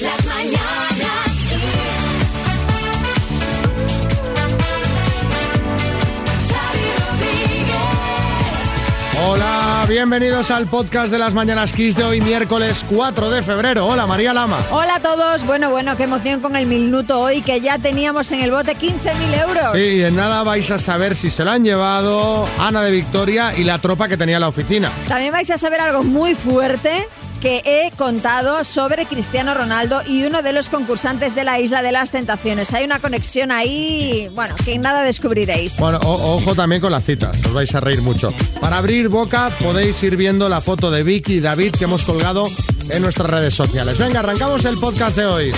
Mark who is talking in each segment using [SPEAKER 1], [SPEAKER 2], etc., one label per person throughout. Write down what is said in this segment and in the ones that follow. [SPEAKER 1] Las mañanas
[SPEAKER 2] Hola, bienvenidos al podcast de las Mañanas Kiss de hoy miércoles 4 de febrero. Hola María Lama.
[SPEAKER 3] Hola a todos, bueno, bueno, qué emoción con el minuto hoy que ya teníamos en el bote 15.000 euros.
[SPEAKER 2] Sí, en nada vais a saber si se la han llevado Ana de Victoria y la tropa que tenía en la oficina.
[SPEAKER 3] También vais a saber algo muy fuerte que he contado sobre Cristiano Ronaldo y uno de los concursantes de la Isla de las Tentaciones. Hay una conexión ahí, bueno, que en nada descubriréis.
[SPEAKER 2] Bueno, o- ojo también con las citas, os vais a reír mucho. Para abrir boca podéis ir viendo la foto de Vicky y David que hemos colgado en nuestras redes sociales. Venga, arrancamos el podcast de hoy.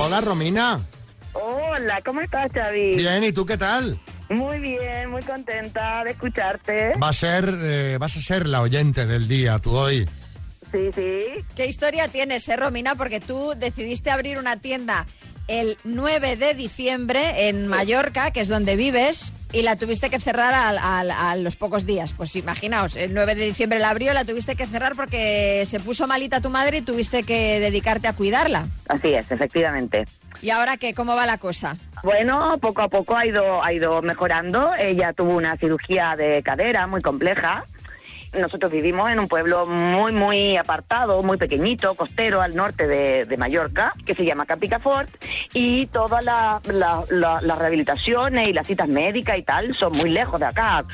[SPEAKER 2] Hola Romina.
[SPEAKER 4] Hola, ¿cómo estás, Xavi?
[SPEAKER 2] Bien, ¿y tú qué tal?
[SPEAKER 4] Muy bien, muy contenta de escucharte.
[SPEAKER 2] Va a ser, eh, vas a ser la oyente del día tú hoy.
[SPEAKER 4] Sí, sí.
[SPEAKER 3] ¿Qué historia tienes, eh, Romina? Porque tú decidiste abrir una tienda el 9 de diciembre en Mallorca, que es donde vives, y la tuviste que cerrar al- al- a los pocos días. Pues imaginaos, el 9 de diciembre la abrió, la tuviste que cerrar porque se puso malita tu madre y tuviste que dedicarte a cuidarla.
[SPEAKER 4] Así es, efectivamente.
[SPEAKER 3] ¿Y ahora qué? ¿Cómo va la cosa?
[SPEAKER 4] Bueno, poco a poco ha ido, ha ido mejorando. Ella tuvo una cirugía de cadera muy compleja. Nosotros vivimos en un pueblo muy, muy apartado, muy pequeñito, costero, al norte de, de Mallorca, que se llama Capicafort, y todas la- la- la- las rehabilitaciones y las citas médicas y tal son muy lejos de acá.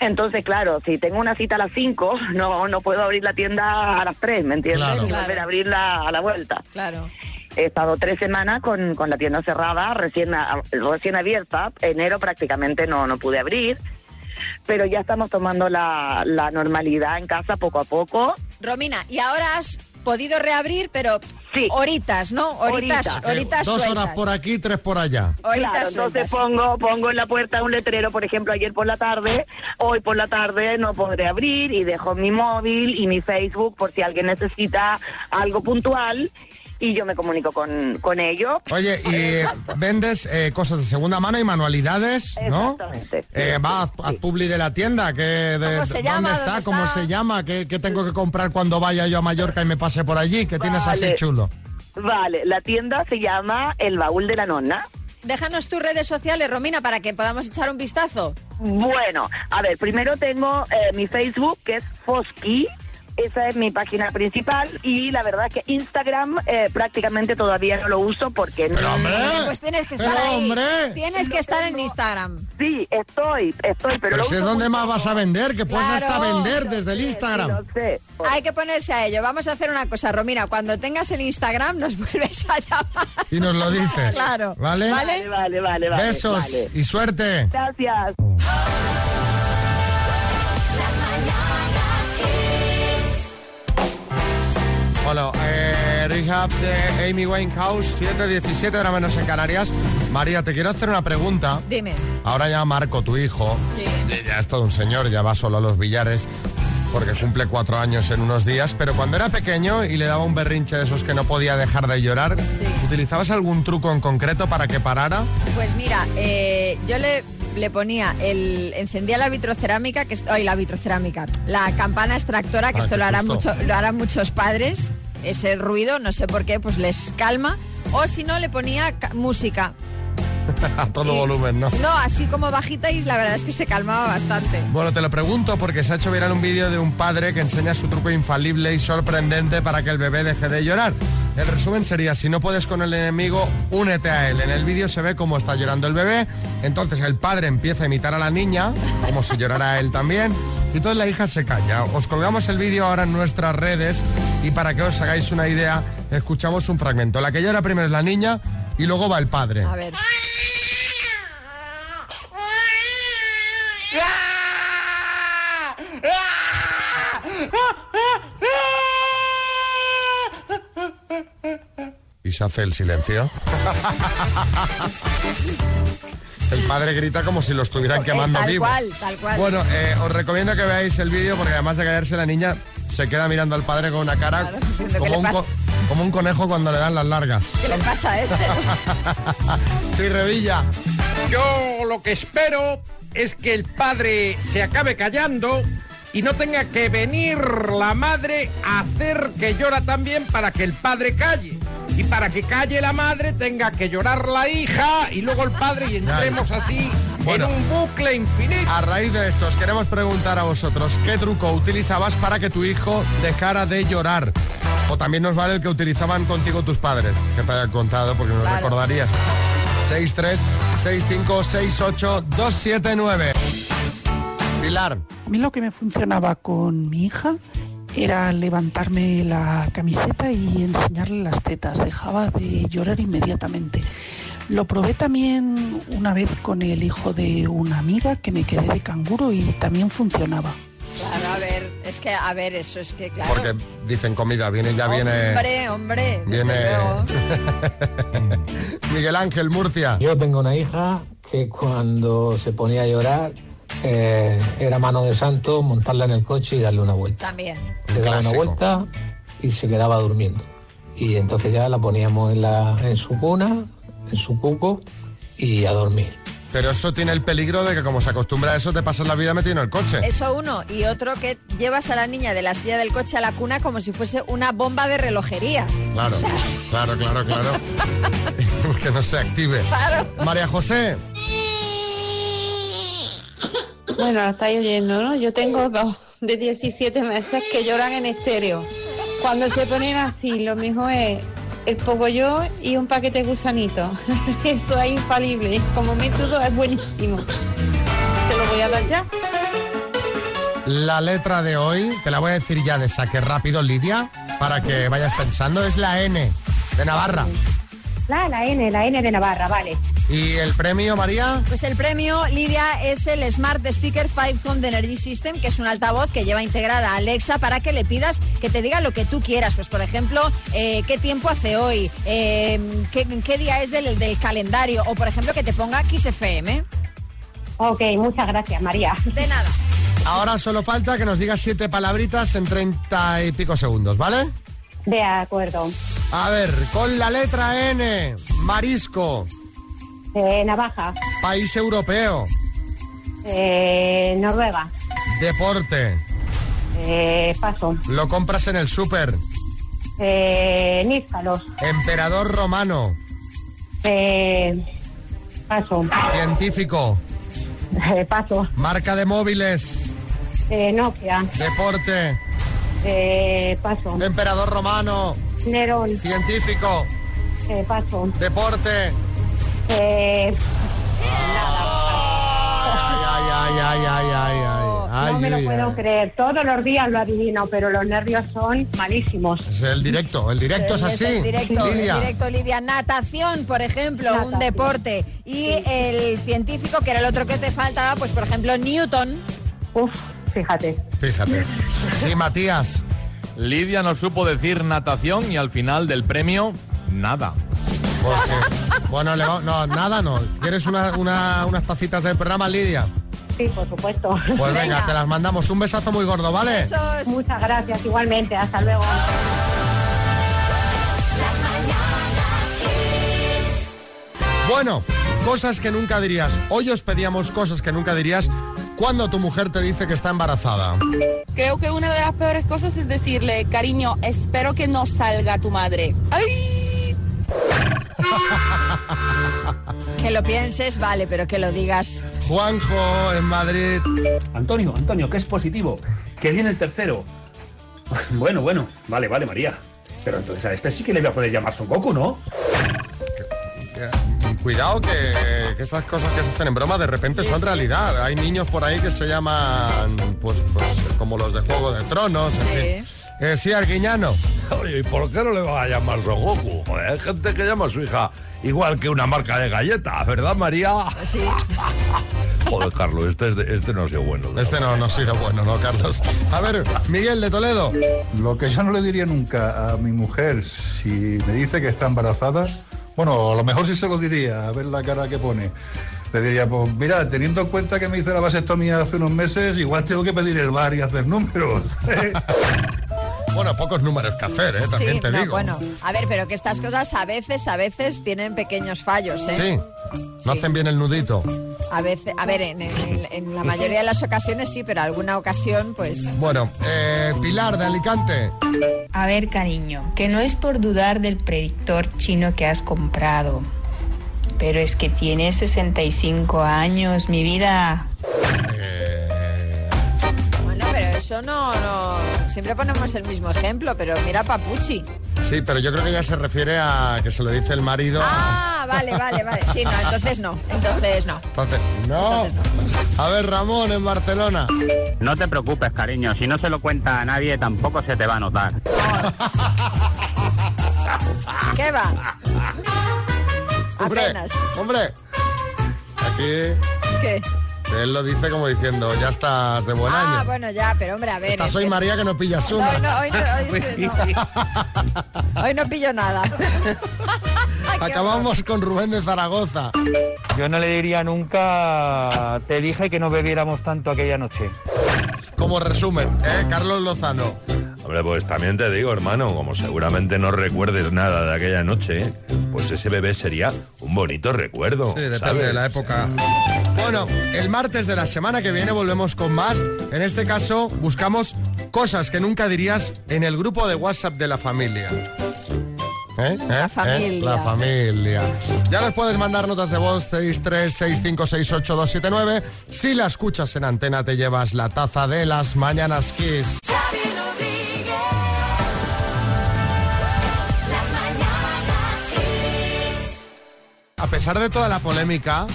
[SPEAKER 4] Entonces, claro, si tengo una cita a las 5, no, no puedo abrir la tienda a las 3, ¿me entiendes?
[SPEAKER 2] Claro.
[SPEAKER 4] Y volver a abrirla a la vuelta.
[SPEAKER 3] Claro.
[SPEAKER 4] He estado tres semanas con, con la tienda cerrada, recién, a- recién abierta. Enero prácticamente no, no pude abrir. Pero ya estamos tomando la, la normalidad en casa poco a poco.
[SPEAKER 3] Romina, y ahora has podido reabrir, pero
[SPEAKER 4] Sí.
[SPEAKER 3] horitas, ¿no? Horitas,
[SPEAKER 4] Horitas.
[SPEAKER 3] horitas
[SPEAKER 2] Dos horas
[SPEAKER 3] sueltas.
[SPEAKER 2] por aquí, tres por allá.
[SPEAKER 3] Horitas
[SPEAKER 4] Claro, entonces
[SPEAKER 3] sueltas.
[SPEAKER 4] pongo, pongo en la puerta un letrero, por ejemplo, ayer por la tarde, hoy por la tarde no podré abrir y dejo mi móvil y mi Facebook por si alguien necesita algo puntual y yo me comunico con, con ellos.
[SPEAKER 2] Oye, y eh, vendes eh, cosas de segunda mano y manualidades, ¿no?
[SPEAKER 4] Exactamente.
[SPEAKER 2] Eh, va, haz, haz publi de la tienda, que de,
[SPEAKER 3] ¿Cómo se
[SPEAKER 2] ¿dónde,
[SPEAKER 3] llama?
[SPEAKER 2] está?
[SPEAKER 3] ¿Dónde
[SPEAKER 2] ¿Cómo
[SPEAKER 3] está?
[SPEAKER 2] se llama? ¿Qué, qué tengo que comprar cuando vaya yo a Mallorca y me pase por allí? ¿Qué tienes así
[SPEAKER 4] Vale.
[SPEAKER 2] chulo?
[SPEAKER 4] Vale, la tienda se llama El Baúl de la Nonna.
[SPEAKER 3] Déjanos tus redes sociales, Romina, para que podamos echar un vistazo.
[SPEAKER 4] Bueno, a ver, primero tengo eh, mi Facebook, que es Foski. Esa es mi página principal y la verdad es que Instagram eh, prácticamente todavía no lo uso porque
[SPEAKER 2] Pero
[SPEAKER 4] no...
[SPEAKER 2] hombre,
[SPEAKER 3] Pues tienes que
[SPEAKER 2] Eh, pero
[SPEAKER 3] estar ahí.
[SPEAKER 2] hombre,
[SPEAKER 3] Tienes que estar en Instagram.
[SPEAKER 4] Sí, estoy, estoy, pero...
[SPEAKER 2] pero
[SPEAKER 4] lo
[SPEAKER 2] si es
[SPEAKER 4] uso
[SPEAKER 2] donde
[SPEAKER 4] muy
[SPEAKER 2] más vas a
[SPEAKER 4] poco.
[SPEAKER 2] vender, que puedes
[SPEAKER 3] Claro,
[SPEAKER 2] hasta vender desde el
[SPEAKER 4] Sí, sí,
[SPEAKER 2] Instagram.
[SPEAKER 4] lo sé.
[SPEAKER 3] Hay que ponerse a ello. Vamos a hacer una cosa, Romina. Cuando tengas el Instagram, nos vuelves a llamar.
[SPEAKER 2] Y nos lo dices.
[SPEAKER 3] Claro.
[SPEAKER 2] ¿Vale?
[SPEAKER 4] Vale,
[SPEAKER 3] Vale.
[SPEAKER 4] vale, vale, vale.
[SPEAKER 2] Besos
[SPEAKER 4] vale.
[SPEAKER 2] y suerte.
[SPEAKER 4] Gracias.
[SPEAKER 2] Hola, eh, Rehab de Amy Winehouse, 7.17, ahora menos en Canarias. María, te quiero hacer una pregunta.
[SPEAKER 3] Dime.
[SPEAKER 2] Ahora ya Marco, tu hijo, ya- ya es todo un señor, ya va solo a los billares porque cumple cuatro años en unos días, pero cuando era pequeño y le daba un berrinche de esos que no podía dejar de llorar, ¿utilizabas algún truco en concreto para que parara?
[SPEAKER 3] Pues mira, eh, yo le, le ponía el. Encendía la vitrocerámica, que es. Ay, la vitrocerámica. La campana extractora, que
[SPEAKER 2] Ah,
[SPEAKER 3] esto
[SPEAKER 2] qué
[SPEAKER 3] lo harán,
[SPEAKER 2] susto.
[SPEAKER 3] mucho, lo harán muchos padres. Ese ruido, no sé por qué, pues les calma. O si no, le ponía ca- música.
[SPEAKER 2] A todo
[SPEAKER 3] Y-
[SPEAKER 2] volumen, ¿no?
[SPEAKER 3] No, así como bajita y la verdad es que se calmaba bastante.
[SPEAKER 2] Bueno, te lo pregunto porque se ha hecho viral un vídeo de un padre que enseña su truco infalible y sorprendente para que el bebé deje de llorar. El resumen sería, si no puedes con el enemigo, únete a él. En el vídeo se ve cómo está llorando el bebé, entonces el padre empieza a imitar a la niña, como si llorara él también, y entonces la hija se calla. Os colgamos el vídeo ahora en nuestras redes y para que os hagáis una idea, escuchamos un fragmento. La que llora primero es la niña y luego va el padre.
[SPEAKER 3] A ver.
[SPEAKER 2] Y se hace el silencio. El padre grita como si lo estuvieran
[SPEAKER 3] Ok,
[SPEAKER 2] quemando
[SPEAKER 3] Eh, tal
[SPEAKER 2] vivo.
[SPEAKER 3] cual, tal cual.
[SPEAKER 2] Bueno, eh, os recomiendo que veáis el vídeo porque además de callarse la niña, se queda mirando al padre con una cara
[SPEAKER 3] Claro, diciendo, ¿qué
[SPEAKER 2] como,
[SPEAKER 3] le
[SPEAKER 2] un
[SPEAKER 3] pasa?
[SPEAKER 2] co- como un conejo cuando le dan las largas.
[SPEAKER 3] ¿Qué le pasa a este?
[SPEAKER 2] sí, Revilla.
[SPEAKER 5] Yo lo que espero es que el padre se acabe callando y no tenga que venir la madre a hacer que llora también para que el padre calle. Y para que calle la madre tenga que llorar la hija y luego el padre y entremos así
[SPEAKER 2] Bueno.
[SPEAKER 5] en un bucle infinito.
[SPEAKER 2] A raíz de esto, os queremos preguntar a vosotros qué truco utilizabas para que tu hijo dejara de llorar. O también nos vale el que utilizaban contigo tus padres, que te hayan contado porque no
[SPEAKER 3] Claro.
[SPEAKER 2] recordarías. 63 65 68 279. Pilar,
[SPEAKER 6] A mí lo que me funcionaba con mi hija era levantarme la camiseta y enseñarle las tetas. Dejaba de llorar inmediatamente. Lo probé también una vez con el hijo de una amiga que me quedé de canguro y también funcionaba.
[SPEAKER 3] Claro, a ver, es que, a ver, eso es que, claro.
[SPEAKER 2] porque dicen comida, viene ya viene
[SPEAKER 3] Hombre, hombre. desde
[SPEAKER 2] viene-
[SPEAKER 3] luego.
[SPEAKER 2] Miguel Ángel Murcia.
[SPEAKER 7] Yo tengo una hija que cuando se ponía a llorar eh, era mano de santo montarla en el coche y darle una vuelta.
[SPEAKER 3] También.
[SPEAKER 7] Le daba una
[SPEAKER 2] clásico.
[SPEAKER 7] vuelta y se quedaba durmiendo. Y entonces ya la poníamos en, la, en su cuna, en su cuco y a dormir.
[SPEAKER 2] Pero eso tiene el peligro de que como se acostumbra a eso te pasas la vida metido en el coche.
[SPEAKER 3] Eso uno. Y otro que llevas a la niña de la silla del coche a la cuna como si fuese una bomba de relojería.
[SPEAKER 2] Claro, claro, claro, claro. que no se active.
[SPEAKER 3] Claro.
[SPEAKER 2] María José,
[SPEAKER 8] Bueno, lo estáis oyendo, ¿no? Yo tengo dos de 17 meses que lloran en estéreo. Cuando se ponen así, lo mejor es el pogoyo y un paquete de gusanito. Eso es infalible. Como método es buenísimo. Se lo voy a dar ya.
[SPEAKER 2] la letra de hoy, te la voy a decir ya de saque rápido, Lidia, para que vayas pensando, es la N de Navarra.
[SPEAKER 9] La, la N, la N de Navarra, vale.
[SPEAKER 2] ¿Y el premio, María?
[SPEAKER 3] Pues el premio, Lidia, es el Smart Speaker 5 Home de Energy System, que es un altavoz que lleva integrada a Alexa para que le pidas que te diga lo que tú quieras. Pues, por ejemplo, eh, qué tiempo hace hoy, eh, qué, qué día es del, del calendario, o, por ejemplo, que te ponga XFM.
[SPEAKER 9] Ok, muchas gracias, María.
[SPEAKER 3] De nada.
[SPEAKER 2] Ahora solo falta que nos digas siete palabritas en treinta y pico segundos, ¿vale?
[SPEAKER 9] De acuerdo.
[SPEAKER 2] A ver, con la letra N, marisco,
[SPEAKER 9] Eh, Navaja,
[SPEAKER 2] país europeo,
[SPEAKER 9] eh, Noruega,
[SPEAKER 2] deporte,
[SPEAKER 9] eh, Paso,
[SPEAKER 2] lo compras en el súper,
[SPEAKER 9] eh, Níscalos,
[SPEAKER 2] emperador romano,
[SPEAKER 9] eh, Paso,
[SPEAKER 2] científico,
[SPEAKER 9] eh, Paso,
[SPEAKER 2] marca de móviles,
[SPEAKER 9] eh, Nokia,
[SPEAKER 2] deporte,
[SPEAKER 9] eh, Paso,
[SPEAKER 2] emperador romano,
[SPEAKER 9] Nerón,
[SPEAKER 2] científico,
[SPEAKER 9] eh, Paso,
[SPEAKER 2] deporte.
[SPEAKER 9] eh,
[SPEAKER 2] Ay, ay, ay, ay, ay, ay, ay. Ay,
[SPEAKER 9] no me lo
[SPEAKER 2] ay,
[SPEAKER 9] puedo
[SPEAKER 2] ay.
[SPEAKER 9] creer. Eh, Todos los días lo adivino, pero los nervios son malísimos.
[SPEAKER 2] Es el directo, el directo es así.
[SPEAKER 3] el directo, el
[SPEAKER 2] Lidia.
[SPEAKER 3] directo, Lidia. Natación, por ejemplo, un
[SPEAKER 9] Natación.
[SPEAKER 3] deporte. Y el científico, que era el otro que te faltaba, pues, por ejemplo, Newton.
[SPEAKER 9] Uf, fíjate.
[SPEAKER 2] Fíjate. Sí, Matías.
[SPEAKER 10] Lidia no supo decir natación y al final del premio, nada.
[SPEAKER 2] Pues sí. Bueno, le va- no, nada no. ¿Quieres una- una- unas tacitas del programa, Lidia?
[SPEAKER 9] Sí, por supuesto.
[SPEAKER 2] Pues venga,
[SPEAKER 3] Venga.
[SPEAKER 2] te las mandamos. Un besazo muy gordo, ¿vale?
[SPEAKER 3] Esos-
[SPEAKER 9] Muchas gracias, igualmente. Hasta luego.
[SPEAKER 2] Bueno, cosas que nunca dirías. Hoy os pedíamos cosas que nunca dirías cuando tu mujer te dice que está embarazada.
[SPEAKER 11] Creo que una de las peores cosas es decirle, cariño, espero que no salga tu madre. ¡Ay!
[SPEAKER 3] Que lo pienses, vale, pero que lo digas.
[SPEAKER 2] Juanjo en Madrid.
[SPEAKER 12] Antonio, Antonio, que es positivo. Que viene el tercero. Bueno, bueno, vale, vale, María. Pero entonces a este sí que le voy a poder llamar Son Goku, ¿no?
[SPEAKER 2] Eh, Cuidado que, que estas cosas que se hacen en broma de repente son realidad. Hay niños por ahí que se llaman, pues, pues como los de Juego de Tronos. en
[SPEAKER 3] Sí.
[SPEAKER 2] fin. Eh, sí, Arguiñano.
[SPEAKER 5] Oye, ¿y por qué no le van a llamar Son Goku? Joder, hay gente que llama a su hija igual que una marca de galletas, ¿verdad, María?
[SPEAKER 3] Sí.
[SPEAKER 5] Joder, Carlos, este, es de- este no ha sido bueno. de
[SPEAKER 2] Este
[SPEAKER 5] verdad.
[SPEAKER 2] no, no ha sido bueno, ¿no, Carlos? A ver, Miguel de Toledo.
[SPEAKER 13] Lo que yo no le diría nunca a mi mujer si me dice que está embarazada, bueno, a lo mejor sí se lo diría, a ver la cara que pone. Le diría, pues mira, teniendo en cuenta que me hice la vasectomía hace unos meses, igual tengo que pedir el bar y hacer números.
[SPEAKER 2] Bueno, pocos números que hacer, ¿eh? También
[SPEAKER 3] Sí,
[SPEAKER 2] te
[SPEAKER 3] no,
[SPEAKER 2] digo.
[SPEAKER 3] bueno, a ver, pero que estas cosas a veces, a veces tienen pequeños fallos, ¿eh?
[SPEAKER 2] Sí, no hacen bien el nudito.
[SPEAKER 3] A veces, a ver, en, en- en la mayoría de las ocasiones sí, pero alguna ocasión, pues.
[SPEAKER 2] Bueno, eh, Pilar de Alicante.
[SPEAKER 14] A ver, cariño, que no es por dudar del predictor chino que has comprado, pero es que tienes 65 años, mi vida.
[SPEAKER 2] Eh,
[SPEAKER 3] Bueno, pero eso no, no. Siempre ponemos el mismo ejemplo, pero mira Papuchi.
[SPEAKER 2] Sí, pero yo creo que ya se refiere a que se lo dice el marido.
[SPEAKER 3] Ah, vale, vale, vale. Sí, no, entonces no. Entonces no.
[SPEAKER 2] Entonces, no. A ver, Ramón, en Barcelona.
[SPEAKER 15] No te preocupes, cariño. Si no se lo cuenta a nadie, tampoco se te va a notar.
[SPEAKER 3] ¿Qué va?
[SPEAKER 2] Hombre,
[SPEAKER 3] Apenas.
[SPEAKER 2] hombre. Aquí
[SPEAKER 3] ¿Qué?
[SPEAKER 2] él lo dice como diciendo, ya estás de buen
[SPEAKER 3] ah,
[SPEAKER 2] año.
[SPEAKER 3] bueno, ya, pero hombre, a ver.
[SPEAKER 2] Esta
[SPEAKER 3] es
[SPEAKER 2] soy
[SPEAKER 3] que-
[SPEAKER 2] María que no pillas
[SPEAKER 3] No,
[SPEAKER 2] una.
[SPEAKER 3] no, hoy no, hoy es que Hoy no pillo nada.
[SPEAKER 2] Acabamos con Rubén de Zaragoza.
[SPEAKER 16] Yo no le diría nunca, te dije que no bebiéramos tanto aquella noche.
[SPEAKER 2] Como resumen, ¿eh? Carlos Lozano.
[SPEAKER 17] Hombre, pues también te digo, hermano, como seguramente no recuerdes nada de aquella noche, ¿eh? pues ese bebé sería un bonito recuerdo.
[SPEAKER 2] Sí, depende
[SPEAKER 17] ¿sabes?
[SPEAKER 2] de la época. Bueno, el martes de la semana que viene volvemos con más. En este caso, buscamos cosas que nunca dirías en el grupo de WhatsApp de la familia. ¿Eh? La
[SPEAKER 3] familia.
[SPEAKER 2] La familia. Ya nos puedes mandar notas de voz 636568279. Si la escuchas en antena te llevas la taza de las mañanas Kiss. A pesar de toda la polémica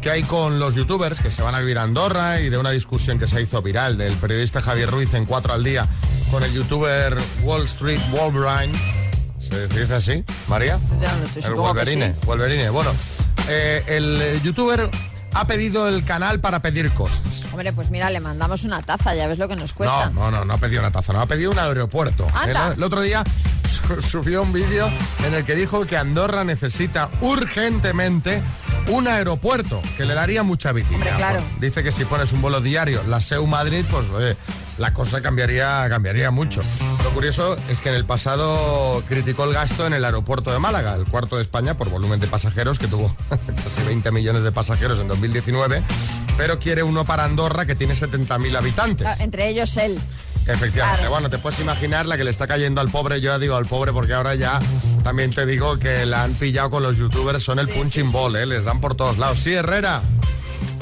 [SPEAKER 2] que hay con los youtubers que se van a vivir a Andorra y de una discusión que se hizo viral del periodista Javier Ruiz en 4 al día con el youtuber Wall Street Wolverine, ¿se dice así, María? El
[SPEAKER 7] supongo que
[SPEAKER 2] Wolverine,
[SPEAKER 7] sí.
[SPEAKER 2] Wolverine. Bueno, eh, el eh, youtuber ha pedido el canal para pedir cosas.
[SPEAKER 3] Hombre, pues mira, le mandamos una taza, ya ves lo que nos cuesta.
[SPEAKER 2] No, no, no, no ha pedido una taza, no, ha pedido un aeropuerto.
[SPEAKER 3] Anda.
[SPEAKER 2] El, el otro día su- subió un vídeo en el que dijo que Andorra necesita urgentemente un aeropuerto, que le daría mucha vitilla.
[SPEAKER 3] claro.
[SPEAKER 2] Pues, Dice que si pones un vuelo diario, la SEU Madrid, pues oye, la cosa cambiaría, cambiaría mucho. Lo curioso es que en el pasado criticó el gasto en el aeropuerto de Málaga, el cuarto de España por volumen de pasajeros, que tuvo casi 20 millones de pasajeros en 2019, pero quiere uno para Andorra, que tiene 70.000 habitantes.
[SPEAKER 3] Ah, Entre ellos él.
[SPEAKER 2] Efectivamente,
[SPEAKER 3] Claro.
[SPEAKER 2] bueno, te puedes imaginar la que le está cayendo al pobre, yo ya digo al pobre porque ahora ya también te digo que la han pillado con los youtubers, son el punching ball, ¿eh? les dan por todos lados. Sí, Herrera.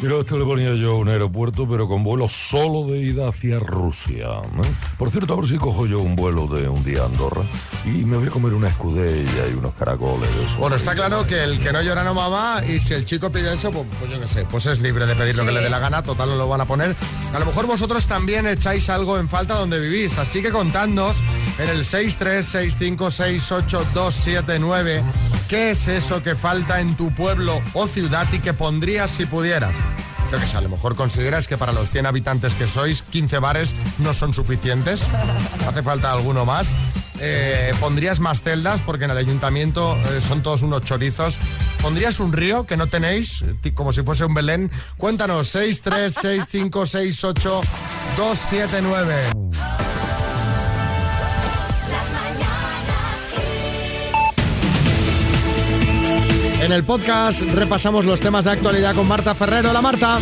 [SPEAKER 5] Mira, este le ponía yo un aeropuerto, pero con vuelo solo de ida hacia Rusia. ¿eh? Por cierto, a ver si cojo yo un vuelo de un día a Andorra y me voy a comer una escudella y unos caracoles. de eso.
[SPEAKER 2] Bueno, está claro que el que no llora no mamá y si el chico pide eso, pues, pues yo qué sé, pues es libre de pedir lo que le dé la gana, total no lo van a poner. A lo mejor vosotros también echáis algo en falta donde vivís, así que contadnos en el 636568279 qué es eso que falta en tu pueblo o ciudad y que pondrías si pudieras. Yo que sé, a lo mejor consideras que para los 100 habitantes que sois, 15 bares no son suficientes. Hace falta alguno más. Eh, ¿Pondrías más celdas? Porque en el ayuntamiento eh, son todos unos chorizos. ¿Pondrías un río que no tenéis? Eh, ti- Como si fuese un Belén. Cuéntanos, 6, 3, 6, 5, 6, 8, 2, 7, 9. En el podcast repasamos los temas de actualidad con Marta Ferrero. La Marta.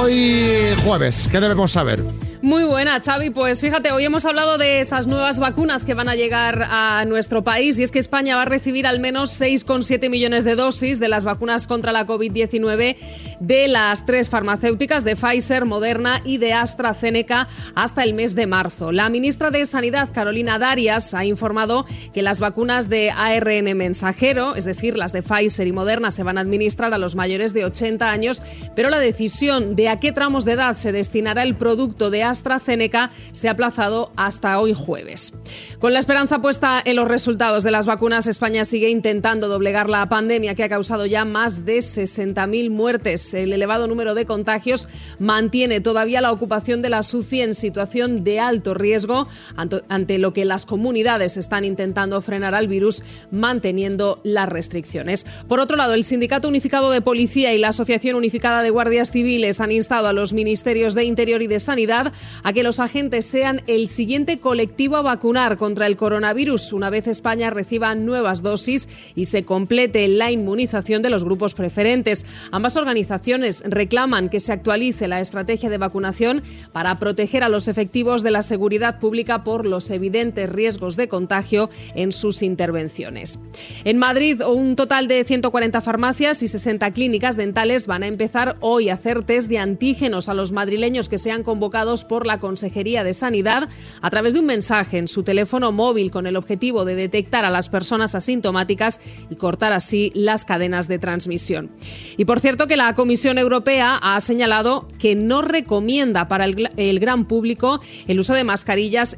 [SPEAKER 2] Hoy jueves, ¿qué debemos saber?
[SPEAKER 18] Muy buena, Xavi. Pues fíjate, hoy hemos hablado de esas nuevas vacunas que van a llegar a nuestro país y es que España va a recibir al menos 6,7 millones de dosis de las vacunas contra la COVID-19 de las tres farmacéuticas de Pfizer, Moderna y de AstraZeneca hasta el mes de marzo. La ministra de Sanidad, Carolina Darias, ha informado que las vacunas de ARN mensajero, es decir, las de Pfizer y Moderna, se van a administrar a los mayores de 80 años, pero la decisión de a qué tramos de edad se destinará el producto de AstraZeneca se ha aplazado hasta hoy jueves. Con la esperanza puesta en los resultados de las vacunas, España sigue intentando doblegar la pandemia que ha causado ya más de 60.000 muertes. El elevado número de contagios mantiene todavía la ocupación de las UCI en situación de alto riesgo, anto- ante lo que las comunidades están intentando frenar al virus manteniendo las restricciones. Por otro lado, el Sindicato Unificado de Policía y la Asociación Unificada de Guardias Civiles han instado a los ministerios de Interior y de Sanidad a que los agentes sean el siguiente colectivo a vacunar contra el coronavirus una vez España reciba nuevas dosis y se complete la inmunización de los grupos preferentes. Ambas organizaciones reclaman que se actualice la estrategia de vacunación para proteger a los efectivos de la seguridad pública por los evidentes riesgos de contagio en sus intervenciones. En Madrid, un total de 140 farmacias y 60 clínicas dentales van a empezar hoy a hacer test de antígenos a los madrileños que sean convocados por la Consejería de Sanidad a través de un mensaje en su teléfono móvil con el objetivo de detectar a las personas asintomáticas y cortar así las cadenas de transmisión. Y por cierto que la Comisión Europea ha señalado que no recomienda para el, el gran público el uso de mascarillas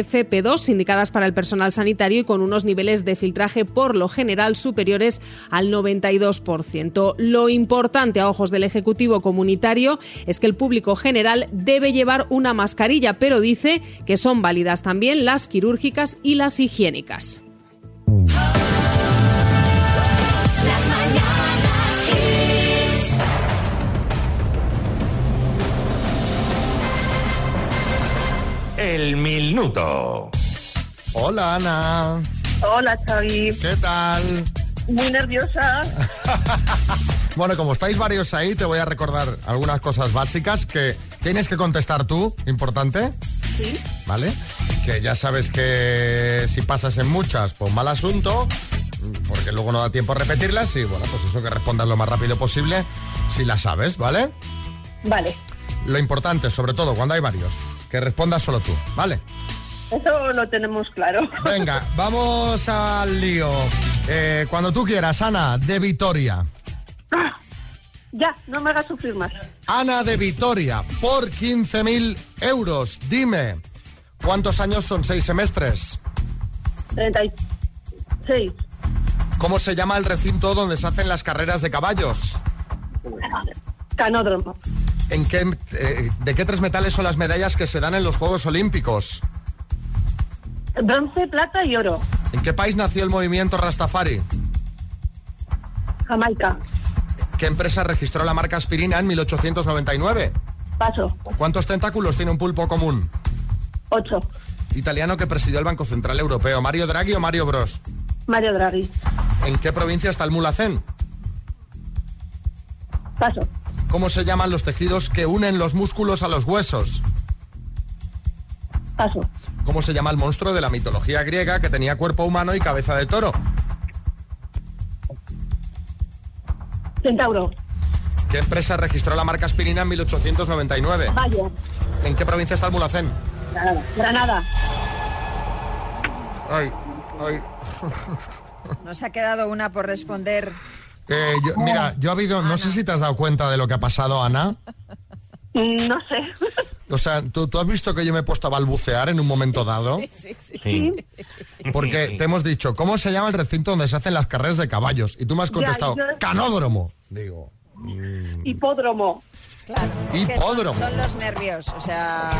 [SPEAKER 18] FFP2 indicadas para el personal sanitario y con unos niveles de filtraje por lo general superiores al 92%. Lo importante a ojos del Ejecutivo Comunitario es que el público general debe llevar una mascarilla, pero dice que son válidas también las quirúrgicas y las higiénicas.
[SPEAKER 17] El minuto.
[SPEAKER 2] Hola Ana.
[SPEAKER 7] Hola, Xavi.
[SPEAKER 2] ¿Qué tal?
[SPEAKER 7] Muy nerviosa.
[SPEAKER 2] Bueno, como estáis varios ahí, te voy a recordar algunas cosas básicas que tienes que contestar tú, importante,
[SPEAKER 7] Sí.
[SPEAKER 2] ¿vale? Que ya sabes que si pasas en muchas, pues mal asunto, porque luego no da tiempo a repetirlas y bueno, pues eso que respondas lo más rápido posible si las sabes, ¿vale?
[SPEAKER 7] Vale.
[SPEAKER 2] Lo importante, sobre todo cuando hay varios, que respondas solo tú, ¿vale?
[SPEAKER 7] Eso lo tenemos claro.
[SPEAKER 2] Venga, vamos al lío. Eh, cuando tú quieras, Ana, de Vitoria.
[SPEAKER 7] Ya, no me hagas sufrir más.
[SPEAKER 2] Ana de Vitoria, por 15.000 euros. Dime, ¿cuántos años son seis semestres?
[SPEAKER 7] 36.
[SPEAKER 2] ¿Cómo se llama el recinto donde se hacen las carreras de caballos?
[SPEAKER 7] Canódromo.
[SPEAKER 2] ¿En qué, eh, ¿De qué tres metales son las medallas que se dan en los Juegos Olímpicos?
[SPEAKER 7] Bronce, plata y oro.
[SPEAKER 2] ¿En qué país nació el movimiento Rastafari?
[SPEAKER 7] Jamaica.
[SPEAKER 2] ¿Qué empresa registró la marca aspirina en 1899?
[SPEAKER 7] Paso.
[SPEAKER 2] ¿Cuántos tentáculos tiene un pulpo común?
[SPEAKER 7] Ocho.
[SPEAKER 2] Italiano que presidió el Banco Central Europeo, Mario Draghi o Mario Bros.
[SPEAKER 7] Mario Draghi.
[SPEAKER 2] ¿En qué provincia está el mulacén?
[SPEAKER 7] Paso.
[SPEAKER 2] ¿Cómo se llaman los tejidos que unen los músculos a los huesos?
[SPEAKER 7] Paso.
[SPEAKER 2] ¿Cómo se llama el monstruo de la mitología griega que tenía cuerpo humano y cabeza de toro?
[SPEAKER 7] Centauro.
[SPEAKER 2] ¿Qué empresa registró la marca aspirina en 1899?
[SPEAKER 7] Valle.
[SPEAKER 2] ¿En qué provincia está el mulacén?
[SPEAKER 7] Granada. Granada.
[SPEAKER 2] Ay, ay.
[SPEAKER 3] Nos ha quedado una por responder.
[SPEAKER 2] Eh, yo- mira, yo ha habido, no sé si te has dado cuenta de lo que ha pasado, Ana.
[SPEAKER 7] Mm, No sé.
[SPEAKER 2] O sea, ¿tú, tú has visto que yo me he puesto a balbucear en un momento dado? Sí. Porque te hemos dicho, ¿cómo se llama el recinto donde se hacen las carreras de caballos? Y tú me has
[SPEAKER 7] Ya,
[SPEAKER 2] contestado,
[SPEAKER 7] yo-
[SPEAKER 2] canódromo.
[SPEAKER 7] Hipódromo.
[SPEAKER 3] Claro. es que
[SPEAKER 2] Hipódromo.
[SPEAKER 3] Son, son los nervios, o sea...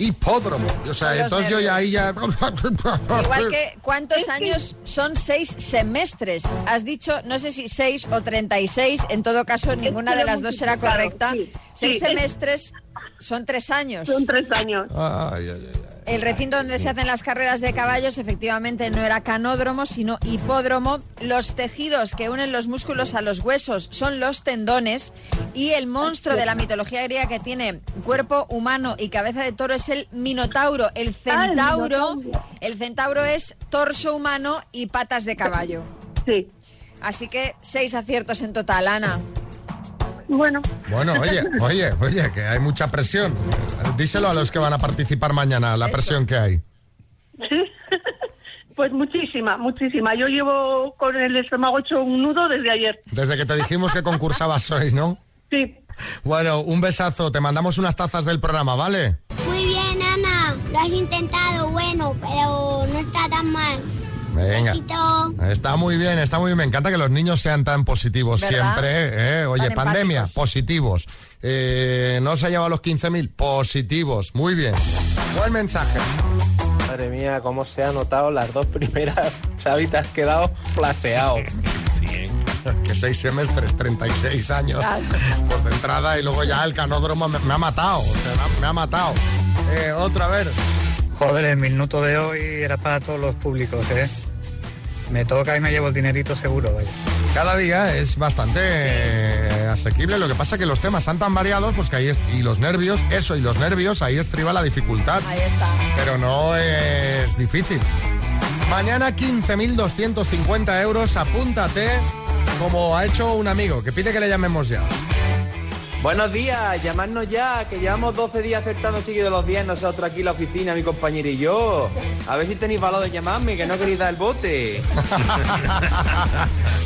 [SPEAKER 2] Hipódromo. O sea,
[SPEAKER 3] Son los
[SPEAKER 2] entonces yo ya ahí ya... Ah,
[SPEAKER 3] Igual
[SPEAKER 2] pues.
[SPEAKER 3] que, ¿cuántos años son seis semestres? Has dicho, no sé si seis o 36, en todo caso ninguna
[SPEAKER 7] que
[SPEAKER 3] de
[SPEAKER 7] lo
[SPEAKER 3] las dos será
[SPEAKER 7] multiplicaron,
[SPEAKER 3] correcta.
[SPEAKER 7] sí,
[SPEAKER 3] Seis
[SPEAKER 7] sí.
[SPEAKER 3] semestres son tres años.
[SPEAKER 7] Son tres años.
[SPEAKER 2] Ay, ay, ay.
[SPEAKER 3] El recinto donde se hacen las carreras de caballos efectivamente no era canódromo, sino hipódromo. Los tejidos que unen los músculos a los huesos son los tendones. Y el monstruo de la mitología griega que tiene cuerpo humano y cabeza de toro es el minotauro. El
[SPEAKER 7] Ah, el
[SPEAKER 3] centauro,
[SPEAKER 7] minotauro.
[SPEAKER 3] el centauro es torso humano y patas de caballo.
[SPEAKER 7] Sí.
[SPEAKER 3] Así que seis aciertos en total, Ana.
[SPEAKER 7] Bueno.
[SPEAKER 2] Bueno, oye, oye, oye, que hay mucha presión. Díselo a los que van a participar mañana, la presión que hay.
[SPEAKER 7] Pues muchísima, muchísima. Yo llevo con el estómago hecho un nudo desde ayer.
[SPEAKER 2] Desde que te dijimos que concursabas sois, ¿no?
[SPEAKER 7] Sí.
[SPEAKER 2] Bueno, un besazo, te mandamos unas tazas del programa, ¿vale?
[SPEAKER 19] Muy bien, Ana. Lo has intentado, bueno, pero no está tan mal.
[SPEAKER 2] Venga.
[SPEAKER 19] Besito.
[SPEAKER 2] Está muy bien, está muy bien. Me encanta que los niños sean tan positivos
[SPEAKER 19] ¿Verdad?
[SPEAKER 2] siempre. ¿eh? Oye,
[SPEAKER 19] Tan
[SPEAKER 2] pandemia, positivos. Eh, no se ha llevado los 15.000, positivos. Muy bien. Buen mensaje.
[SPEAKER 20] Madre mía, cómo se ha notado las dos primeras. Xavi, te has quedado flaseado.
[SPEAKER 2] Que seis semestres, 36 años. Pues de entrada y luego ya el canódromo me, me ha matado. o sea, me, ha, me ha matado. Eh, otra vez.
[SPEAKER 21] Joder, el minuto de hoy era para todos los públicos, ¿eh? Me toca y me llevo el dinerito seguro, vaya.
[SPEAKER 2] Cada día es bastante eh, asequible. Lo que pasa que los temas son tan variados, pues que ahí es, y los nervios, eso y los nervios, ahí estriba la dificultad.
[SPEAKER 3] Ahí está.
[SPEAKER 2] Pero no es difícil. Mañana 15.250 euros, apúntate, como ha hecho un amigo, que pide que le llamemos ya.
[SPEAKER 22] Buenos días, llamadnos ya, que llevamos 12 días acertando seguidos los días nosotros aquí en la oficina, mi compañero y yo. A ver si tenéis valor de llamarme, que no queréis dar el bote.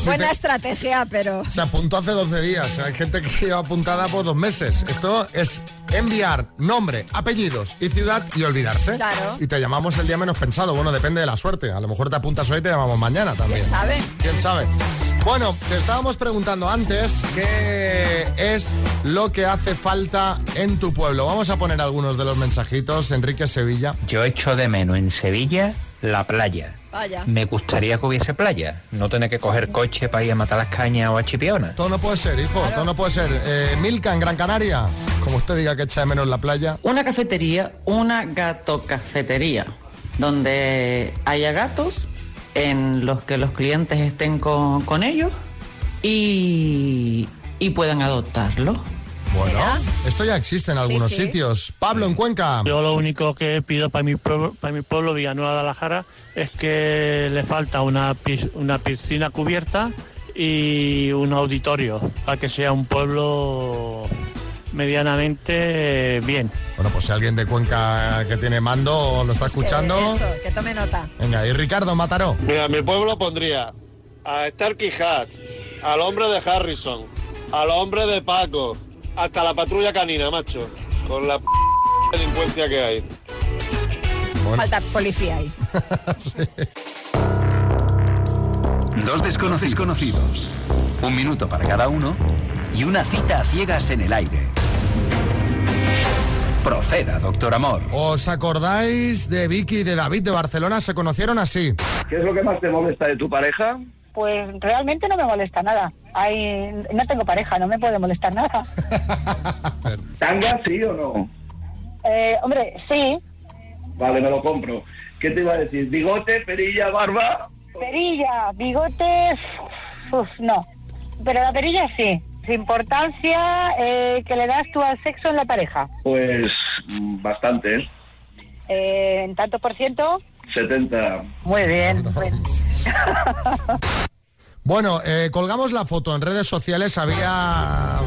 [SPEAKER 3] Buena estrategia, pero.
[SPEAKER 2] Se apuntó hace 12 días. Hay gente que lleva apuntada por dos meses. Esto es enviar nombre, apellidos y ciudad y olvidarse.
[SPEAKER 3] Claro.
[SPEAKER 2] Y te llamamos el día menos pensado. Bueno, depende de la suerte. A lo mejor te apuntas hoy y te llamamos mañana también.
[SPEAKER 3] ¿Quién sabe?
[SPEAKER 2] ¿Quién sabe? Bueno, te estábamos preguntando antes qué es lo que hace falta en tu pueblo. Vamos a poner algunos de los mensajitos. Enrique Sevilla.
[SPEAKER 23] Yo echo de menos en Sevilla la playa.
[SPEAKER 3] Vaya.
[SPEAKER 23] Me gustaría que hubiese playa, no tener que coger coche para ir a matar las cañas o a chipionas.
[SPEAKER 2] Todo no puede ser, hijo, todo no puede ser. Eh, Milka en Gran Canaria, como usted diga que echa de menos la playa.
[SPEAKER 24] Una cafetería, una gato cafetería, donde haya gatos en los que los clientes estén con, con ellos y, y puedan adoptarlos.
[SPEAKER 2] Bueno, esto ya existe en algunos
[SPEAKER 24] Sí, sí.
[SPEAKER 2] sitios. Pablo en Cuenca.
[SPEAKER 25] Yo lo único que pido para mi pueblo, para mi pueblo Villanueva de Alajara es que le falta una, pis- una piscina cubierta y un auditorio para que sea un pueblo medianamente eh, bien.
[SPEAKER 2] Bueno, pues si alguien de Cuenca que tiene mando lo está escuchando.
[SPEAKER 3] Que, eso, que tome nota.
[SPEAKER 2] Venga, y Ricardo Mataró.
[SPEAKER 26] Mira, mi pueblo pondría a Starkey Hatch, al hombre de Harrison, al hombre de Paco, hasta la patrulla canina, macho, con la p delincuencia que hay.
[SPEAKER 3] Falta policía ahí.
[SPEAKER 27] Dos desconocidos conocidos. Un minuto para cada uno y una cita a ciegas en el aire. Proceda, doctor Amor.
[SPEAKER 2] ¿Os acordáis de Vicky y de David de Barcelona? Se conocieron así.
[SPEAKER 28] ¿Qué es lo que más te molesta de tu pareja?
[SPEAKER 8] Pues realmente no me molesta nada. Ay, no tengo pareja, no me puede molestar nada.
[SPEAKER 28] ¿Tanga sí o no?
[SPEAKER 8] Eh, hombre, sí,
[SPEAKER 28] Vale, me lo compro. ¿Qué te iba a decir? ¿Bigote, perilla, barba?
[SPEAKER 8] perilla, bigotes, uf, no. Pero la perilla sí. Importancia eh, que le das tú al sexo en la pareja.
[SPEAKER 28] Pues mm, bastante, ¿eh?
[SPEAKER 8] Eh, en tanto por ciento,
[SPEAKER 28] 70.
[SPEAKER 8] muy bien. pues.
[SPEAKER 2] Bueno, eh, colgamos la foto en redes sociales. Había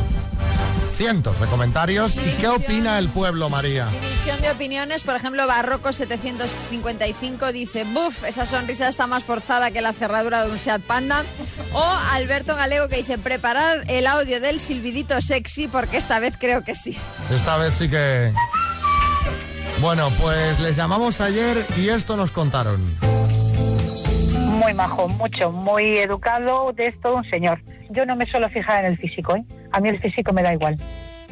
[SPEAKER 2] cientos de comentarios. ¿Y qué opina el pueblo, María?
[SPEAKER 3] División de opiniones, por ejemplo, Barroco 755 dice, buf, esa sonrisa está más forzada que la cerradura de un Seat Panda. O Alberto Galego que dice, preparar el audio del silbidito sexy porque esta vez creo que sí.
[SPEAKER 2] Esta vez sí que... Bueno, pues les llamamos ayer y esto nos contaron.
[SPEAKER 8] Muy majo, mucho, muy educado, de esto un señor. Yo no me suelo fijar en el físico, ¿eh? A mí el físico me da igual.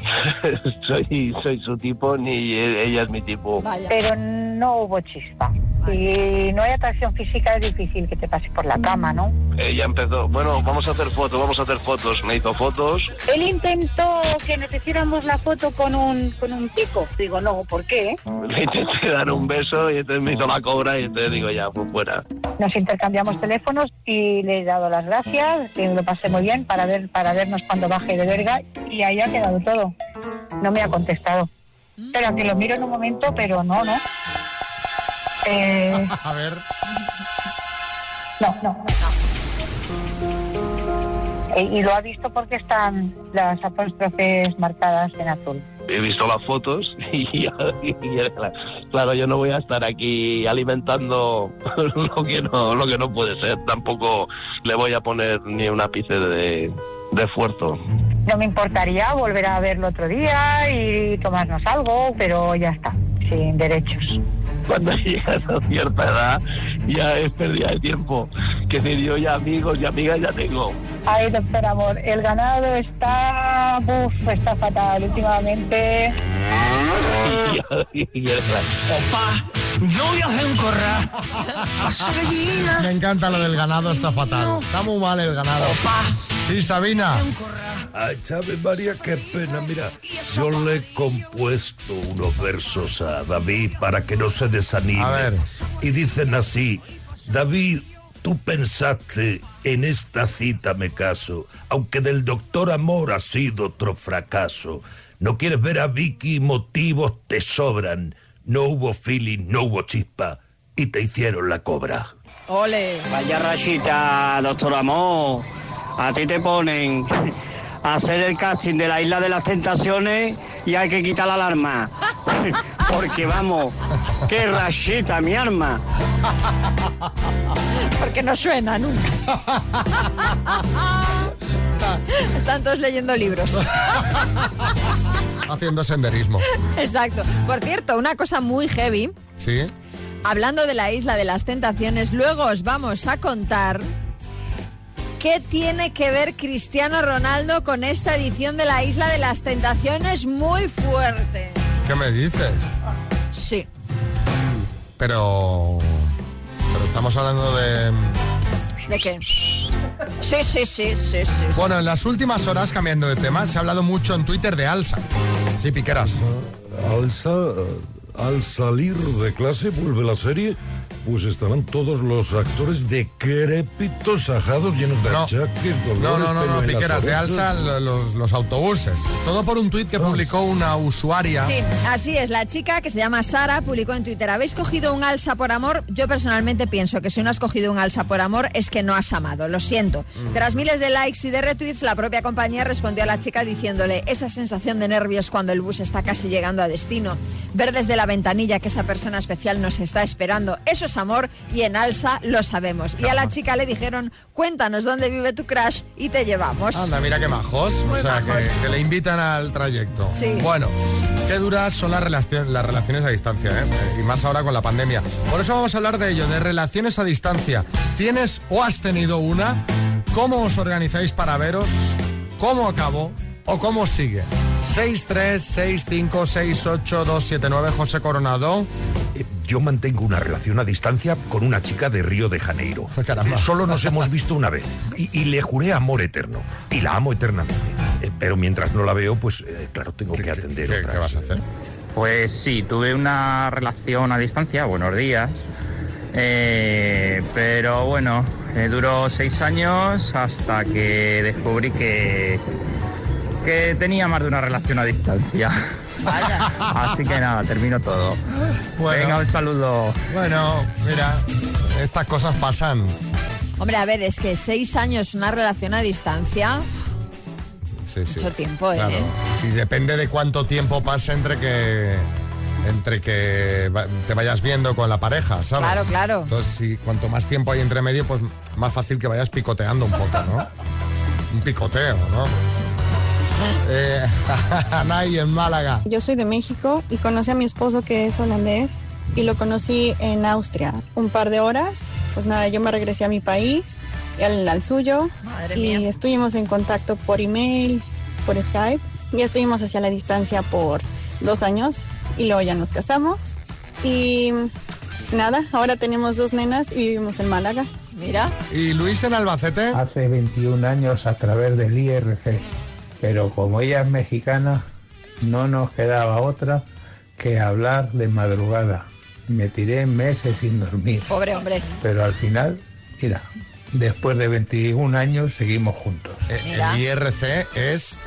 [SPEAKER 29] soy, soy su tipo ni e- ella es mi
[SPEAKER 5] Oh.
[SPEAKER 29] tipo.
[SPEAKER 8] Pero no hubo chispa. Y no hay atracción física, es difícil que te pases por la cama, ¿no?
[SPEAKER 29] Ella empezó, bueno, vamos a hacer fotos, vamos a hacer fotos. Me hizo fotos.
[SPEAKER 8] Él intentó que nos hiciéramos la foto con un, con un pico. Digo, no, ¿por qué?
[SPEAKER 29] Le intenté dar un beso y entonces me hizo la cobra y entonces digo, ya, pues fuera.
[SPEAKER 8] Nos intercambiamos teléfonos y le he dado las gracias, que lo pasé muy bien para ver para vernos cuando baje de verga y ahí ha quedado todo. No me ha contestado. Pero que lo miro en un momento, pero no, no. Eh,
[SPEAKER 2] A ver.
[SPEAKER 8] No, no. Eh, Y lo ha visto porque están las apóstrofes marcadas en azul.
[SPEAKER 29] He visto las fotos y, ya- y ya- claro, yo no voy a estar aquí alimentando lo que no, lo que no puede ser. Tampoco le voy a poner ni un ápice de, de esfuerzo.
[SPEAKER 8] No me importaría volver a verlo otro día y tomarnos algo, pero ya está, sin derechos.
[SPEAKER 29] cuando llegas a cierta edad ya es pérdida de tiempo. Que decir, yo ya amigos y amigas ya tengo.
[SPEAKER 8] Ay, doctor amor, el ganado está, uf, está fatal últimamente.
[SPEAKER 29] Opa,
[SPEAKER 2] yo viajé en corral. Me encanta lo del ganado, está fatal. Está muy mal el ganado. Sí, Sabina.
[SPEAKER 5] A Chávez María, qué pena. Mira, yo le he compuesto unos versos a David para que no se desanime. Y dicen así, David, tú pensaste en esta cita me caso, aunque del doctor amor ha sido otro fracaso. No quieres ver a Vicky, motivos te sobran. No hubo feeling, no hubo chispa y te hicieron la cobra.
[SPEAKER 3] Ole.
[SPEAKER 1] Vaya rachita, doctor Amor. A ti te ponen a hacer el casting de la Isla de las Tentaciones y hay que quitar la alarma. Porque vamos, qué rachita, mi arma.
[SPEAKER 3] Porque no suena nunca. Están todos leyendo libros.
[SPEAKER 2] Haciendo senderismo.
[SPEAKER 3] Exacto. Por cierto, una cosa muy heavy.
[SPEAKER 2] ¿Sí?
[SPEAKER 3] Hablando de la isla de las tentaciones, luego os vamos a contar qué tiene que ver Cristiano Ronaldo con esta edición de la isla de las tentaciones muy fuerte.
[SPEAKER 2] ¿Qué me dices?
[SPEAKER 3] Sí.
[SPEAKER 2] Pero... Pero estamos hablando de...
[SPEAKER 3] ¿De qué? Sí, sí, sí, sí, sí.
[SPEAKER 2] Bueno, en las últimas horas, cambiando de tema, se ha hablado mucho en Twitter de Alsa. Sí, Piqueras.
[SPEAKER 5] Alza, al salir de clase, vuelve la serie, pues estarán todos los actores decrépitos, ajados, llenos de
[SPEAKER 2] No.
[SPEAKER 5] achaques, dolores...
[SPEAKER 2] No, no, no,
[SPEAKER 5] pelo
[SPEAKER 2] no,
[SPEAKER 5] en las
[SPEAKER 2] Piqueras, de
[SPEAKER 5] orejas.
[SPEAKER 2] Alsa lo- los, los autobuses. Todo por un
[SPEAKER 5] Ah.
[SPEAKER 2] tuit que publicó una usuaria.
[SPEAKER 3] Sí, así es. La chica que se llama Sara publicó en Twitter, ¿habéis cogido un alza por amor? Yo personalmente pienso que si no has cogido un alza por amor es que no has amado, lo siento.
[SPEAKER 4] Mm.
[SPEAKER 3] Tras miles de likes y de retweets, la propia compañía respondió a la chica diciéndole esa sensación de nervios cuando el bus está casi llegando a destino, ver desde la ventanilla que esa persona especial nos está esperando, eso es amor y en alza lo sabemos. Y a la chica le dijeron, cuéntanos dónde vive tu crush y te llevamos.
[SPEAKER 2] Anda, mira qué majos.
[SPEAKER 3] Muy
[SPEAKER 2] o sea, que-
[SPEAKER 3] majos.
[SPEAKER 2] Que, le invitan al trayecto.
[SPEAKER 3] Sí.
[SPEAKER 2] Bueno, qué duras son las, relacio- las relaciones a distancia, ¿eh? Y más ahora con la pandemia. Por eso vamos a hablar de ello, de relaciones a distancia. ¿Tienes o has tenido una? ¿Cómo os organizáis para veros? ¿Cómo acabó? ¿O cómo sigue? 636568279 José Coronado.
[SPEAKER 17] Eh,
[SPEAKER 5] Yo mantengo una relación a distancia con una chica de Río de Janeiro.
[SPEAKER 2] Caramba.
[SPEAKER 17] Eh,
[SPEAKER 5] Solo nos hemos visto una vez y, y le juré amor eterno. Y la amo eternamente. Eh, Pero mientras no la veo, pues eh, claro, tengo que atender otras.
[SPEAKER 2] vas a hacer?
[SPEAKER 23] Pues sí, tuve una relación a distancia, buenos días. Eh, pero bueno, eh, duró seis años hasta que descubrí que, que tenía más de una relación a distancia. Así que nada, termino todo. Venga, un saludo.
[SPEAKER 2] Bueno, mira, estas cosas pasan.
[SPEAKER 3] Hombre, a ver, es que seis años una relación a distancia...
[SPEAKER 2] Sí, sí.
[SPEAKER 3] Mucho tiempo, ¿eh?
[SPEAKER 2] Claro. Sí, depende de cuánto tiempo pase entre que entre que va- te vayas viendo con la pareja, ¿sabes?
[SPEAKER 3] Claro, claro.
[SPEAKER 2] Entonces, si cuanto más tiempo hay entre medio, pues más fácil que vayas picoteando un poco, ¿no? un picoteo, ¿no? Eh, Anay en Málaga.
[SPEAKER 6] Yo soy de México y conocí a mi esposo que es holandés y lo conocí en Austria. Un par de horas, pues nada, yo me regresé a mi país, él al suyo y estuvimos en contacto por email, por Skype y estuvimos hacia la distancia por dos años y luego ya nos casamos y nada, ahora tenemos dos nenas y vivimos en Málaga.
[SPEAKER 3] Mira.
[SPEAKER 2] ¿Y Luis en Albacete?
[SPEAKER 20] Hace 21 años a través del IRC. Pero como ella es mexicana, no nos quedaba otra que hablar de madrugada. Me tiré meses sin dormir.
[SPEAKER 3] Pobre hombre.
[SPEAKER 20] Pero al final, mira, después de 21 años seguimos juntos.
[SPEAKER 3] Mira.
[SPEAKER 2] Eh, El IRC es,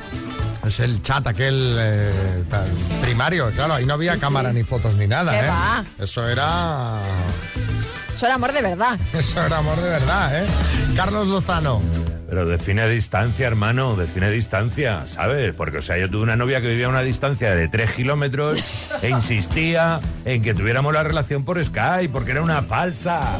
[SPEAKER 2] es el chat aquel eh, tal, primario. Claro, ahí no había
[SPEAKER 3] Sí,
[SPEAKER 2] cámara
[SPEAKER 3] sí.
[SPEAKER 2] ni fotos ni nada,
[SPEAKER 3] ¿Qué
[SPEAKER 2] ¿eh?
[SPEAKER 3] va?
[SPEAKER 2] Eso era...
[SPEAKER 3] Eso era amor de verdad.
[SPEAKER 2] Eso era amor de verdad, ¿eh? Carlos Lozano.
[SPEAKER 17] Pero define distancia, hermano, define distancia, ¿sabes? Porque, o sea, yo tuve una novia que vivía a una distancia de tres kilómetros e insistía en que tuviéramos la relación por Skype, porque era una falsa.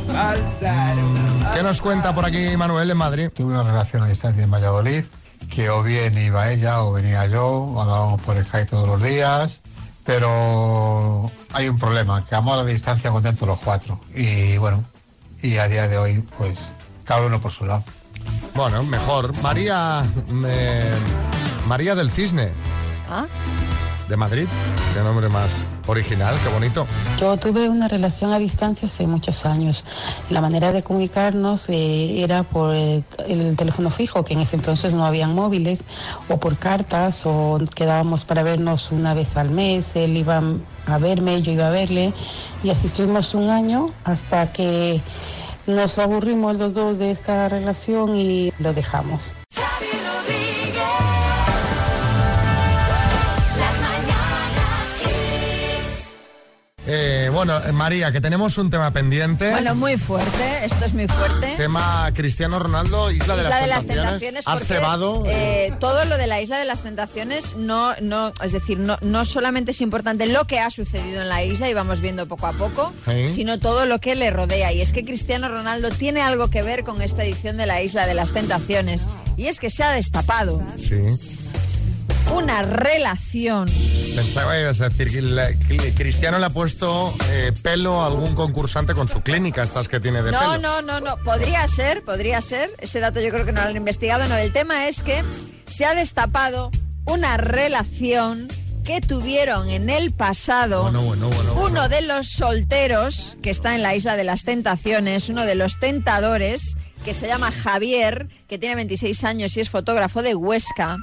[SPEAKER 2] ¿Qué nos cuenta por aquí Manuel en Madrid?
[SPEAKER 30] Tuve una relación a distancia en Valladolid, que o bien iba ella o venía yo, hablábamos por Skype todos los días, pero hay un problema, que amor a la distancia contentos los cuatro. Y bueno, y a día de hoy, pues cada uno por su lado.
[SPEAKER 2] Bueno, mejor. María. eh, María del Cisne.
[SPEAKER 3] ¿Ah?
[SPEAKER 2] de Madrid. Qué nombre más original, qué bonito.
[SPEAKER 4] Yo tuve una relación a distancia hace muchos años. La manera de comunicarnos eh, era por eh, el teléfono fijo, que en ese entonces no habían móviles, o por cartas, o quedábamos para vernos una vez al mes. Él iba a verme, yo iba a verle, y así estuvimos un año hasta que nos aburrimos los dos de esta relación y lo dejamos.
[SPEAKER 2] Eh, bueno, eh, María, que tenemos un tema pendiente.
[SPEAKER 3] Bueno, muy fuerte, esto es muy fuerte.
[SPEAKER 2] Tema Cristiano Ronaldo, Isla,
[SPEAKER 3] Isla
[SPEAKER 2] de las Tentaciones. Has
[SPEAKER 3] porque,
[SPEAKER 2] cebado.
[SPEAKER 3] eh, todo lo de la Isla de las Tentaciones no, no, es decir, no, no solamente es importante lo que ha sucedido en la isla y vamos viendo poco a poco,
[SPEAKER 2] Sí.
[SPEAKER 3] sino todo lo que le rodea. Y es que Cristiano Ronaldo tiene algo que ver con esta edición de la Isla de las Tentaciones. Y es que se ha destapado
[SPEAKER 2] Sí.
[SPEAKER 3] una relación
[SPEAKER 2] Pensaba que ibas a decir que la- que Cristiano le ha puesto eh, pelo a algún concursante con su clínica, estas que tiene de
[SPEAKER 3] No,
[SPEAKER 2] pelo.
[SPEAKER 3] no, no, no. Podría ser, podría ser. Ese dato yo creo que no lo han investigado. No, el tema es que se ha destapado una relación que tuvieron en el pasado
[SPEAKER 2] Bueno, bueno, bueno, bueno.
[SPEAKER 3] uno de los solteros que está en la isla de las tentaciones, uno de los tentadores que se llama Javier, que tiene 26 años y es fotógrafo de Huesca,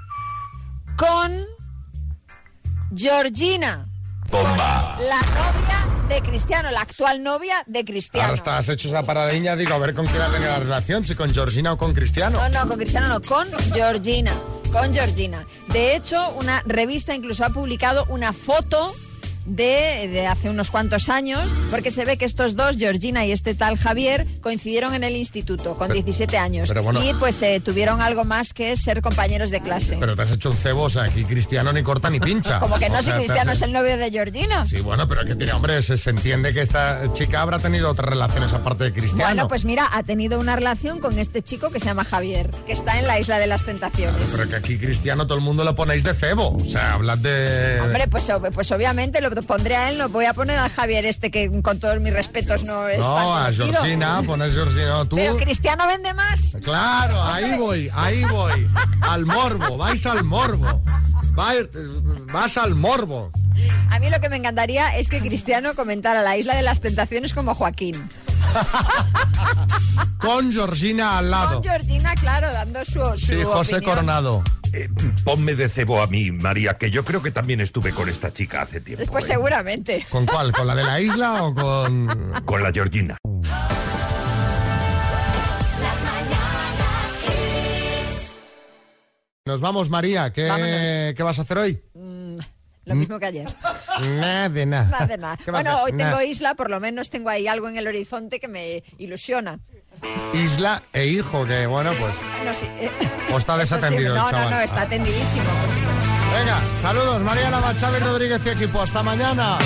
[SPEAKER 3] con Georgina,
[SPEAKER 2] Bomba.
[SPEAKER 3] la novia de Cristiano, la actual novia de Cristiano.
[SPEAKER 2] Ahora estás hecho esa paradiña, digo, a ver con quién ha tenido la relación, si con Georgina o con Cristiano.
[SPEAKER 3] No, no, con Cristiano no, con Georgina. Con Georgina. De hecho, una revista incluso ha publicado una foto de, de hace unos cuantos años, porque se ve que estos dos, Georgina y este tal Javier, coincidieron en el instituto con 17 años.
[SPEAKER 2] pero bueno.
[SPEAKER 3] y pues eh, tuvieron algo más que ser compañeros de clase.
[SPEAKER 2] Pero te has hecho un cebo, o sea, aquí Cristiano ni corta ni pincha.
[SPEAKER 3] Como que no,
[SPEAKER 2] O
[SPEAKER 3] si
[SPEAKER 2] sea, te
[SPEAKER 3] Cristiano
[SPEAKER 2] has-
[SPEAKER 3] es el novio de Georgina.
[SPEAKER 2] Sí, bueno, pero que tiene, hombre, se, se entiende que esta chica habrá tenido otras relaciones aparte de Cristiano.
[SPEAKER 3] Bueno, pues mira, ha tenido una relación con este chico que se llama Javier, que está en la isla de las tentaciones.
[SPEAKER 2] Pero que aquí Cristiano todo el mundo lo ponéis de cebo. O sea, hablad de...
[SPEAKER 3] Hombre, pues, ob- pues obviamente lo pondré a él, no voy a poner a Javier este que con todos mis respetos no es tan
[SPEAKER 2] no, a
[SPEAKER 3] pues, conocido.
[SPEAKER 2] Georgina, pones Georgina tú.
[SPEAKER 3] Pero Cristiano vende más.
[SPEAKER 2] Claro, ahí voy, ahí voy. Al morbo, vais al morbo. Vai- vas al morbo.
[SPEAKER 3] A mí lo que me encantaría es que Cristiano comentara la isla de las tentaciones como Joaquín.
[SPEAKER 2] Con Georgina al lado.
[SPEAKER 3] Con Georgina, claro, dando su, su
[SPEAKER 2] Sí, José
[SPEAKER 3] opinión.
[SPEAKER 2] Coronado.
[SPEAKER 17] Eh, Ponme de cebo a mí, María, que yo creo que también estuve con esta chica hace tiempo. ¿eh?
[SPEAKER 3] Pues seguramente.
[SPEAKER 2] ¿Con cuál? ¿Con la de la isla o con...?
[SPEAKER 17] Con la Georgina.
[SPEAKER 2] Nos vamos, María. ¿Qué, ¿qué vas a hacer hoy?
[SPEAKER 3] Lo mismo que ayer.
[SPEAKER 2] Nada de nada.
[SPEAKER 3] Nada de nada.
[SPEAKER 2] Mm. ¿Qué va a
[SPEAKER 3] Bueno,
[SPEAKER 2] hacer?
[SPEAKER 3] hoy
[SPEAKER 2] Nada.
[SPEAKER 3] tengo isla, por lo menos tengo ahí algo en el horizonte que me ilusiona.
[SPEAKER 2] Isla e hijo, que bueno, pues...
[SPEAKER 3] No, sí, eh,
[SPEAKER 2] O está
[SPEAKER 3] eso sí,
[SPEAKER 2] desatendido el
[SPEAKER 3] no, no,
[SPEAKER 2] chaval.
[SPEAKER 3] no, está atendidísimo.
[SPEAKER 2] Venga, saludos, María Lava, Chávez Rodríguez y equipo. Hasta mañana.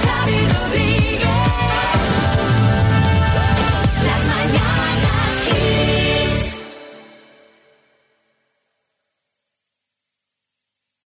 [SPEAKER 31] Xavi Rodríguez.